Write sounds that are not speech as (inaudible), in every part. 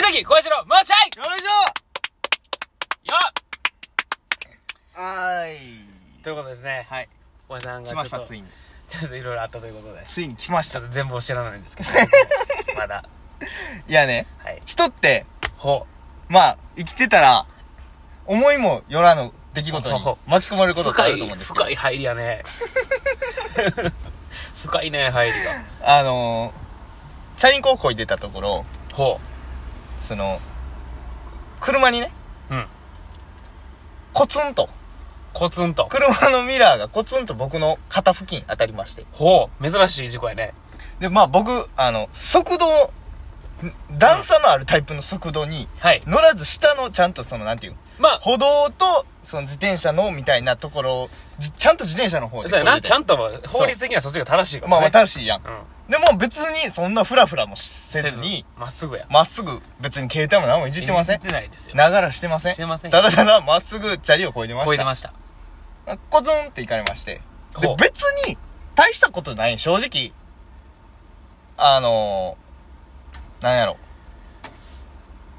崎小林のマーチャイよいしよょあーいっということですね。はい小林さんが来ちょまっしたと、つちいにょっといろいろあったということで。ついに来ましちょたっと全貌知らないんですけど。まだ。いやねはい。人ってほまあ生きてたら思いもよらぬ出来事にほ巻き込まれう。ることってあ深るいと思うん、ですけど深い入りやね。深いね、入りあのー、チャリンコをこいでたところが。ほその車にねう。うん。コツンとコツンと。車のミラーがコツンと僕の肩付近当たりましてほう。珍しい事故やね。でまあ僕あの速度ん段差のあるタイプの速度にはい。乗らず下のちゃんとそのなんていうまあ、歩道とその自転車のみたいなところをじちゃんと自転車の方でそうやこな。いでちゃんと法律的にはそっちが正しいかまらあね。新しいやんあ、うん。でも別にそんなフラフラもしせずに、まっすぐや。まっすぐ別に携帯も何もいじってません言ってないですよ。ながらしてませんしてませんただただまっすぐチャリをこいでました超えてました。コツンって行かれましてでほう別に大したことない正直あのー、なんやろ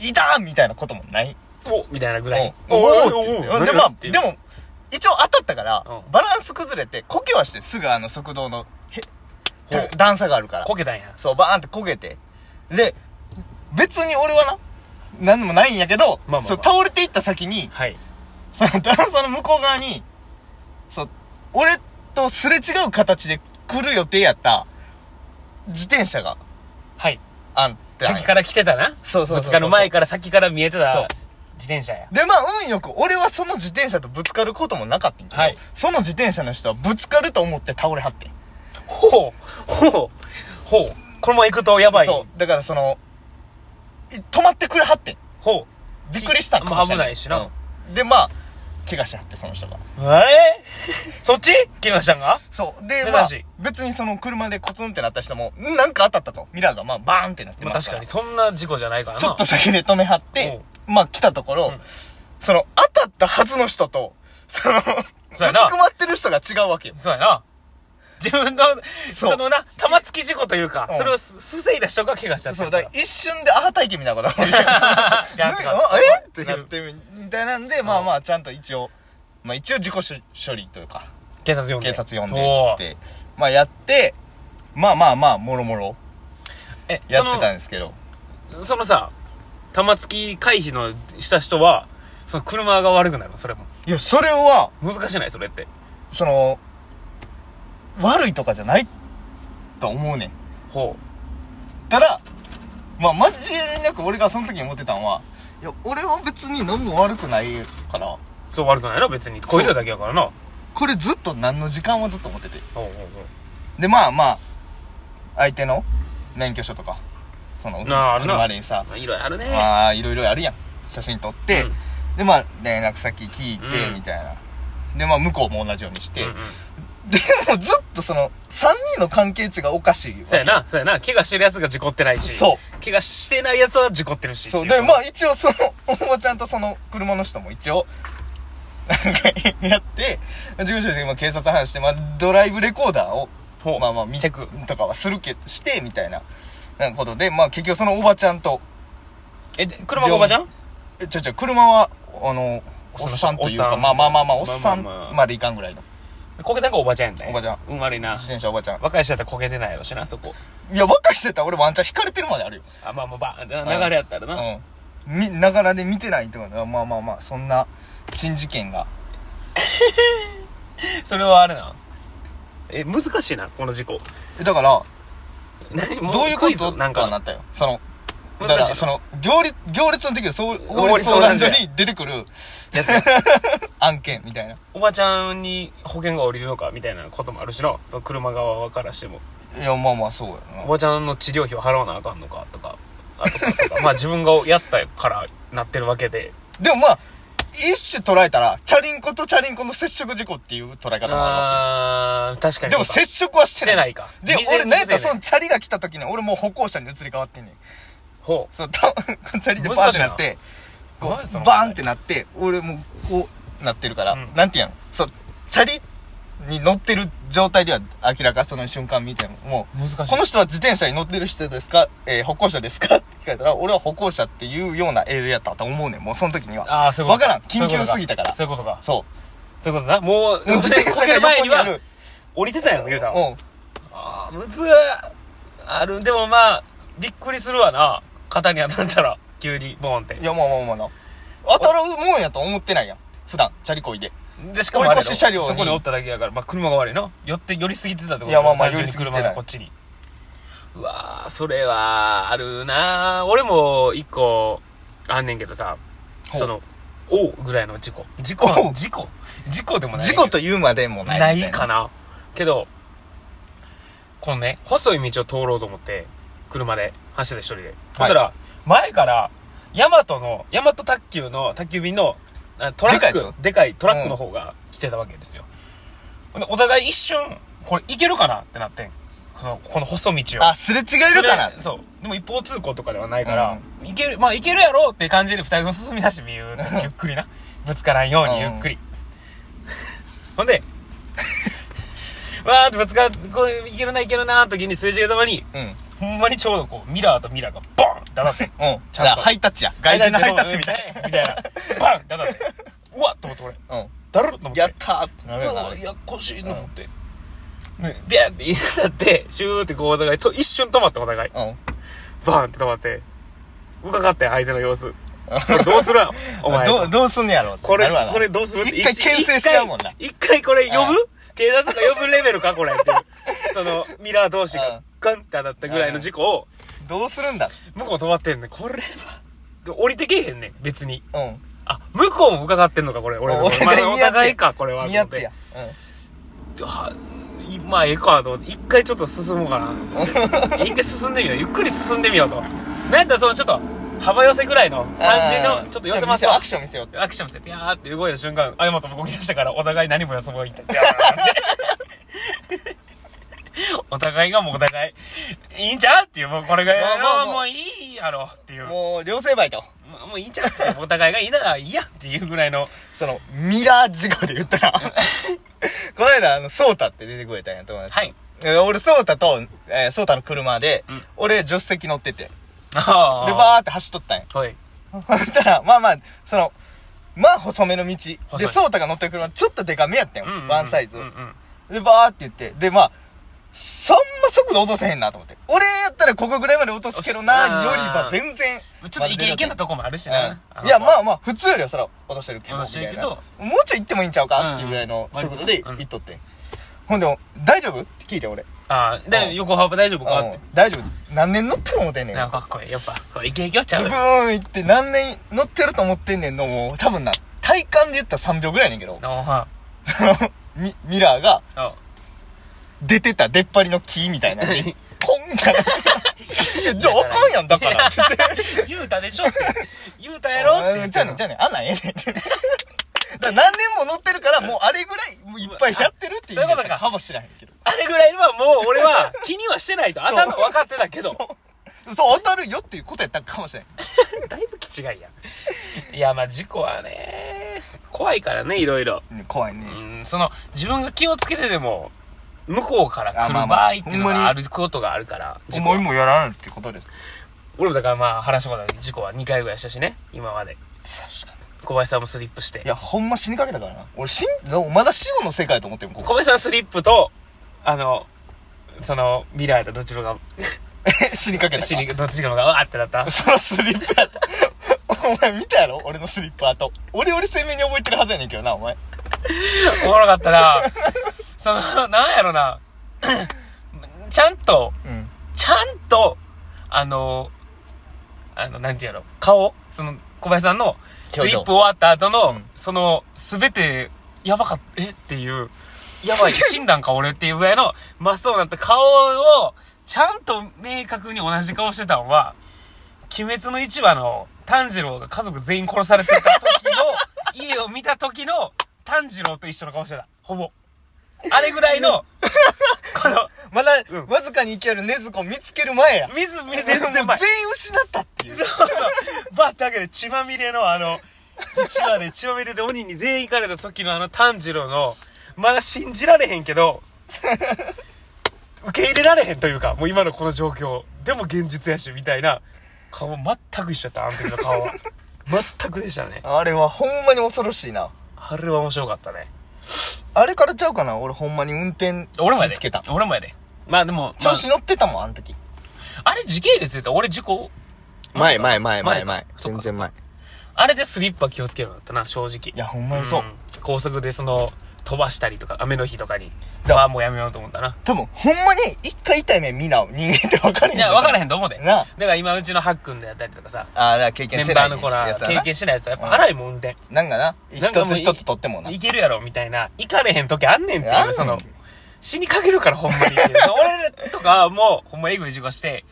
いたーみたいなこともないおみたいなぐらい。おおーって言ってでまあでも、も一応当たったからうんバランス崩れてこけはしてすぐあの速道のへほう段差があるからこけたんや。そう、バーンって焦げて。で、別に俺はな、なんもないんやけまど、あまあまあそう、倒れていった先に、はい。その段差の向こう側に、そう、俺とすれ違う形で来る予定やった、自転車がはい。あんたんや先から来てたな。そうそうそうそうぶつかる前から先から見えてそうた自転車や。で、まあ、運よく、俺はその自転車とぶつかることもなかったんやけど、はいその自転車の人はぶつかると思って倒れはってん。ほう。ほう。ほう。このまま行くとやばい。そう、だからその、い止まってくれはってん。ほびっくりしたんかもしれまあ危なない。いしなうんで、まあ、怪我しはって、その人が。う。あれそっち怪我したんがそう。で、珍まあしい、別にその車でコツンってなった人も、んなんか当たったと。ミラーがまあバーンってなってまあます確から。かに、そんな事故じゃないからな。ちょっと先で止めはって、まあ来たところ、うんその当たったはずの人と、その、そうや薄なくまってる人が違うわけよ。そうやな。自分の、そうそのな、玉突き事故というかう、んそれをす防いだ人が怪我しちゃった。そう、だから一瞬でアハ体験み (laughs) たいなことが起きていやなんかえってなってみ、みたいなんで、まあまあちゃんと一応、まあ一応自己処処理というか、警察呼んで。警察呼んで、おつーって、まあやって、まあまあまあ、もろもろえ、やそってのたんですけど、そのさ、玉突き回避のした人は、その車が悪くなるのそれも。いや、それは、難しないそれって。その、悪いとかじゃないと思うねん。ほただ、まあ、間違いなく俺がその時に思ってたんは、いや、俺は別に何も悪くないから、う。そう悪くないな、別に。こいつらだけやからな。これずっと何の時間はずっと思ってて。ほうほうで、まあまあ、相手の免許証とか、その、なああるな車にさ、ほう。いろいろあるね。まあ、いろいろあるやん。写真撮って、うんで、まあ、連絡先聞いてう、んみたいな。で、まあ、向こうも同じようにして、うんうんでもずっとその、3人の関係値がおかしいわけそうやな、そうやな。怪我してる奴が事故ってないし。。そう怪我してない奴は事故ってるし。そう。っでてい、まあ一応その、おばちゃんとその車の人も一応、なんか、やって、事務所で今警察話して、まあドライブレコーダーを、ほう。まあまあ見チェック。とかはするけ、して、みたいな、なんかことで、まあ結局そのおばちゃんと、え、で車がおばちゃんえちょちょ、車は、あの、おっさんとおいうっさか、んまあまあまあまあ、おっさんまあまあまあまでいかんぐらいの。こけたんがおばちゃんやんね。おばちゃん。うん、悪いな自。転車おばちゃん。若い人やったらこけてないやろしな、そこ。いや、若い人やったら俺ワンチャン引かれてるまであるよ。あ、まあまあ、ばーンってな流れやったらな。うん。み、ながらで見てないってことは、まあまあまあ、そんな、珍事件が。それはあれな。え、難しいな、この事故。えだから、何もどういうクこイズとななんんかかなったよ。その、だか難しいら、なその、行列、行列の時のそう法法律律相相談談所所やに出てくるや (laughs) つや案件みたいな。おばちゃんに保険が降りるのかみたいなこともあるしなその車側からしてもいや、まあまあ、そうやおな。ばちゃんの治療費を払わなあかんのかとかあとかとかまあ自分がやったからなってるわけででもまあ、一種捉えたら、チャリンコとチャリンコの接触事故っていう捉え方もああー確かるわけ。にでも接触はしてない。してないかで未、然俺、なんやったら未然そのチャリが来た時に、俺もう歩行者に移り変わってんねん。ほそう、たチャリでバーンってなって、こ何やそのう、バーンってなって、俺もうこうなってるから、うんなんてやん。そう、チャリに乗ってる状態では明らかその瞬間見ても、もう、難しいこの人は自転車に乗ってる人ですかえー歩行者ですかって聞かれたら、俺は歩行者っていうような映像やったと思うねん、もうその時には。ああそういうことわからん緊急すぎたからそういうことかそそういうことなもうう。もう自転車が前横ににあはる。降りてたやん言うたらうん。ああむずーあるでもまあびっくりするわな肩に当たったら急にボーンって (laughs) いや、まあまあまあな。当たるもんやと思ってないやん。普段、チャリこいで。でしかもあれやろ追い越し車両にそこにおっただけやから、まあ、車が悪いの寄って寄りすぎてたってこといやまあまあ単純に寄りすぎてない車がこっちにうわーそれはあるなー俺も一個あんねんけどさほうその「おう」ぐらいの事故事故おう事故事故でもない事故と言うまでもないなみたいかなけどこのね細い道を通ろうと思って車で走ってた一人で、だから前からヤマトのヤマト宅急の宅急便のあトラックでかでかいいやつトラックの方が来てたわけですよ、ほんでお互い一瞬これいけるかなってなってんそのこの細道をあ、すれ違えるかなそれそうでも一方通行とかではないから、いけるまあいけるやろうって感じで二人とも進み出して (laughs) ビューってゆっくりなぶつからんようにゆっくり、ほんで (laughs) わーってぶつかこういけるないけるなー時にすれ違いざまにうん。うん。ほんまにちょうどこうミラーとミラーがボンって当たってちじゃんとゃあ、ハイタッチや。 (laughs) 外人のハイタッチみたいなみたいなバンって当たってうわっと思って俺な。うん。だるっと思ってやったーってなるうよなわやっこしいと思って、ね、ビャーって言いなってシューってこうお互いと一瞬止まったお互いうん。バーンって止まって、伺ってん相手の様子。これどう (laughs) するわ、お前。どう、どうすんねやろってこれなるわ、なこれどうするって一回牽制しちゃうもんな。一回一回これ呼うぶ警察が呼ぶレベルか、これって (laughs) いう。その、ミラー同士うがんガンって当たったぐらいの事故を、どうするんだ向こう止まってんねん。これは、で降りてけえへんねん、別に。うん。あ、向こうも伺ってんのか、これ。俺のお互いまあ見合っおて互いか、これは。見合ってや。と思って。あまあ、ええかと思って、一回ちょっと進もうかな。 (laughs) 一回進んでみよう。ゆっくり進んでみようと。なんだ、そのちょっと、幅寄せぐらいのうん。感じうの、んちょっと寄せますわじゃあ見せようアクション見せようって。アクションして、ピャーって動いた瞬間、あやまとも動き出したから、お互い何も休もうい (laughs) って、ピャーって。お互いがもうお互い、いいんちゃうっていう、もうこれが、まあまあまあもういいやろっていう。ももう、両成敗と。うもういいんちゃうっていうお互いがいいならいいやっていうぐらいの、その、ミラー事故で言 (laughs) ったら。この間、あの、ソータって出てくれたんや、友達。はい。えー俺、ソータと、えー、ソータの車で、うん俺、助手席乗ってて。で、あーバーって走っとったんや。 (laughs) はい。ほったら、まあまあ、その、まあ細めの道。細で、いソータが乗ってる車、ちょっとデカめやったよ。うんうんうんワンサイズうん。うんで、バーって言って。で、まあ、そんな速度落とせへんなと思って。俺やったらここぐらいまで落とすけどな、あよりは全然。ちょっとイケイケなとこもあるしうんな。あのいや、まあまあ、普通よりはそら落としてるけど、み落としてるたいけな。どもうちょい行ってもいいんちゃうかっていうぐらいのうんうん速度でうん行っとって。ほんで、大丈夫って聞いて俺。ああ、うんで、横幅大丈夫かっうてん。大丈夫何年乗ってる思てんねん。なんかかっこいい。やっぱ、これイケイケはちゃブうよ。ーン行って何年乗ってると思ってんねんの、もう多分な、体感で言ったら3秒ぐらいやねんけど、 (laughs) あそのミミラーがああ出てた出っ張りの木みたいなのに、 (laughs) ポンみたいな。 (laughs) じゃああかんやん、だから。つっ (laughs) て。言うたでしょって。言うたやろって言っうんてじゃあね、じゃあね、あんなんええねんって。だ (laughs) から何年も乗ってるから、もうあれぐらい、もういっぱいやってるっていう意味だったかもしれへんけど。あれぐらいはもう俺は気にはしてないとそう頭分かってたけど。そう、そう当たるよっていうことやったかもしれん。 (laughs) だいぶ気違いやん。いや、まあ事故はね、怖いからね、いろいろ。うん怖いね。うん、その、自分が気をつけてでも、向こうから来あるま場あまあ合っていうのほんまにがあることがあるから。事故思いもやらないってことです。俺もだからまあ話したことあるけど事故は2回ぐらいしたしね、今まで。確かに。小林さんもスリップしてい。や、ほんま死にかけたからな。俺、死ん、まだ死後の世界と思ってるもん、こ小こ。林さんスリップと、あの、その、ミラーとどっちのが、 (laughs) 死にかけたから。死に、どっちのがわーってなった。そのスリッパ。 (laughs) お前見たやろ俺のスリッパと。俺より鮮明に覚えてるはずやねんけどな、お前。おもろかったなそのなんやろな (clears throat) ちゃんとうん。ちゃんとあのあのなんていうやろ顔その小林さんのス表情リップ終わった後の、うんその全てやばかったえっていうやばい死んだんか俺っていうぐらい (laughs) の真っ青になった顔をちゃんと明確に同じ顔してたんは「鬼滅の市場」の炭治郎が家族全員殺されてた時の (laughs) 家を見た時の炭治郎と一緒の顔してたほぼあれぐらい (laughs) のこのまだ、うんわずかに生きる禰豆子見つける前や。水水全もう全然員前失ったっていう。そうそうバーって開けて血まみれのあの血まで血まみれで鬼に全員行かれた時のあの炭治郎のまだ信じられへんけど、受け入れられへんというか、もう今のこの状況、でも現実やし、みたいな顔、全く一緒やった、あの時の顔は。全くでしたね。あれはほんまに恐ろしいな。あれは面白かったね。あれからちゃうかな俺ほんまに運転俺もや気で。つけた。俺もやで。まあでも、調子乗ってたもん、あの時。まあ、あれ時系列で言ったら俺事故、前前前前前前か。そっ全か然前。あれでスリッパ気をつけるようになったな、正直。いや、ほんまにそう。ん高速でその、飛ばしたりとか、雨の日とかに。だまあもうやめようと思ったな。多分、ほんまに一回痛い目見な、逃げて分かれへんいや、分からへん。んと思うで。だなあから今うちのハックンでやったりとかさ、ああ、だから経験メしンてなバいーの子やらつや経な。験してないやつはやっうぱん荒いもん運転。なんかな、なんかも一うつい一つ取ってもな。いけるやろみたいな、いかれへん時あんねんってあんいね、うんその、死にかけるからほんま (laughs) にっていう。その俺らとかもう、ほんまえぐい事故して、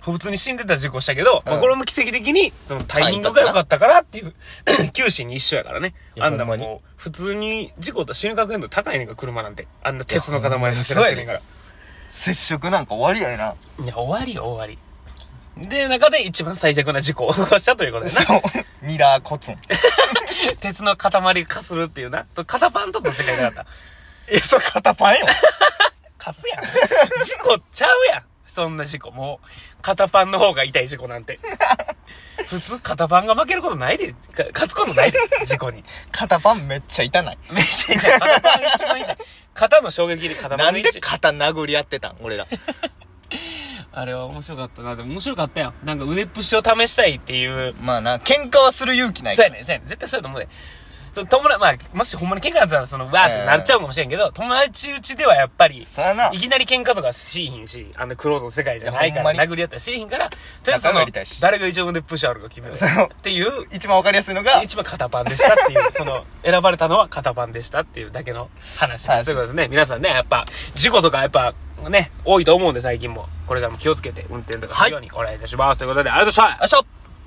普通に死んでた事故したけど、まあこれも奇跡的に、そのタイミングが良かったから (laughs) っていう、九死に一緒やからね。いやあんなもほんまう、普通に事故ったら死ぬ確率高いねんから、車なんて。あんな鉄の塊走らしてねんから。接触なんか終わりやな。いや、終わりよ、終わり。で、中で一番最弱な事故を起こしたということでな。 (laughs) そう。ミラーコツン。 (laughs) 鉄の塊化するっていうな。そう肩パンとどっちかいなかった。 (laughs) え、そう、肩パンよ。貸すやん。 (laughs) 事故ちゃうやん。そんな事故。もう、肩パンの方が痛い事故なん (laughs) て。普通、肩パンが負けることないで、か勝つことないで、事故に。 (laughs) (laughs) 肩パンめっちゃ痛ない。めっちゃ痛い。肩パンが一番痛い。肩の衝撃で肩なパんンがで一番肩殴り合ってたん俺ら。あれは面白かったな。でも面白かったよ。なんか腕っぷしを試したいっていう。 (laughs) まあな、喧嘩はする勇気ないそうかやら。ねん、そうやねん。絶対そうやと思うで。その友達、まあ、もしほんまに喧嘩だったら、その、わーってなっちゃうかもしれんけど、友達うちではやっぱり、そやないきなり喧嘩とかしいひんし、あのクローズの世界じゃないかいやほら、んまに殴り合ったりしいひんから、とりあえずそ仲間の入りたいし、誰が一番腕プッシュあるか決める。そのっていう、一番わかりやすいのが、一番肩パンでしたっていう、その、選ばれたのは肩パンでしたっていうだけの話ではいす。ということですね。皆さんね、やっぱ、事故とかやっぱ、ね、多いと思うんで、最近も。これからも気をつけて、運転とかするようにお願いいたします。ということで、ありがとうございました。よいしょ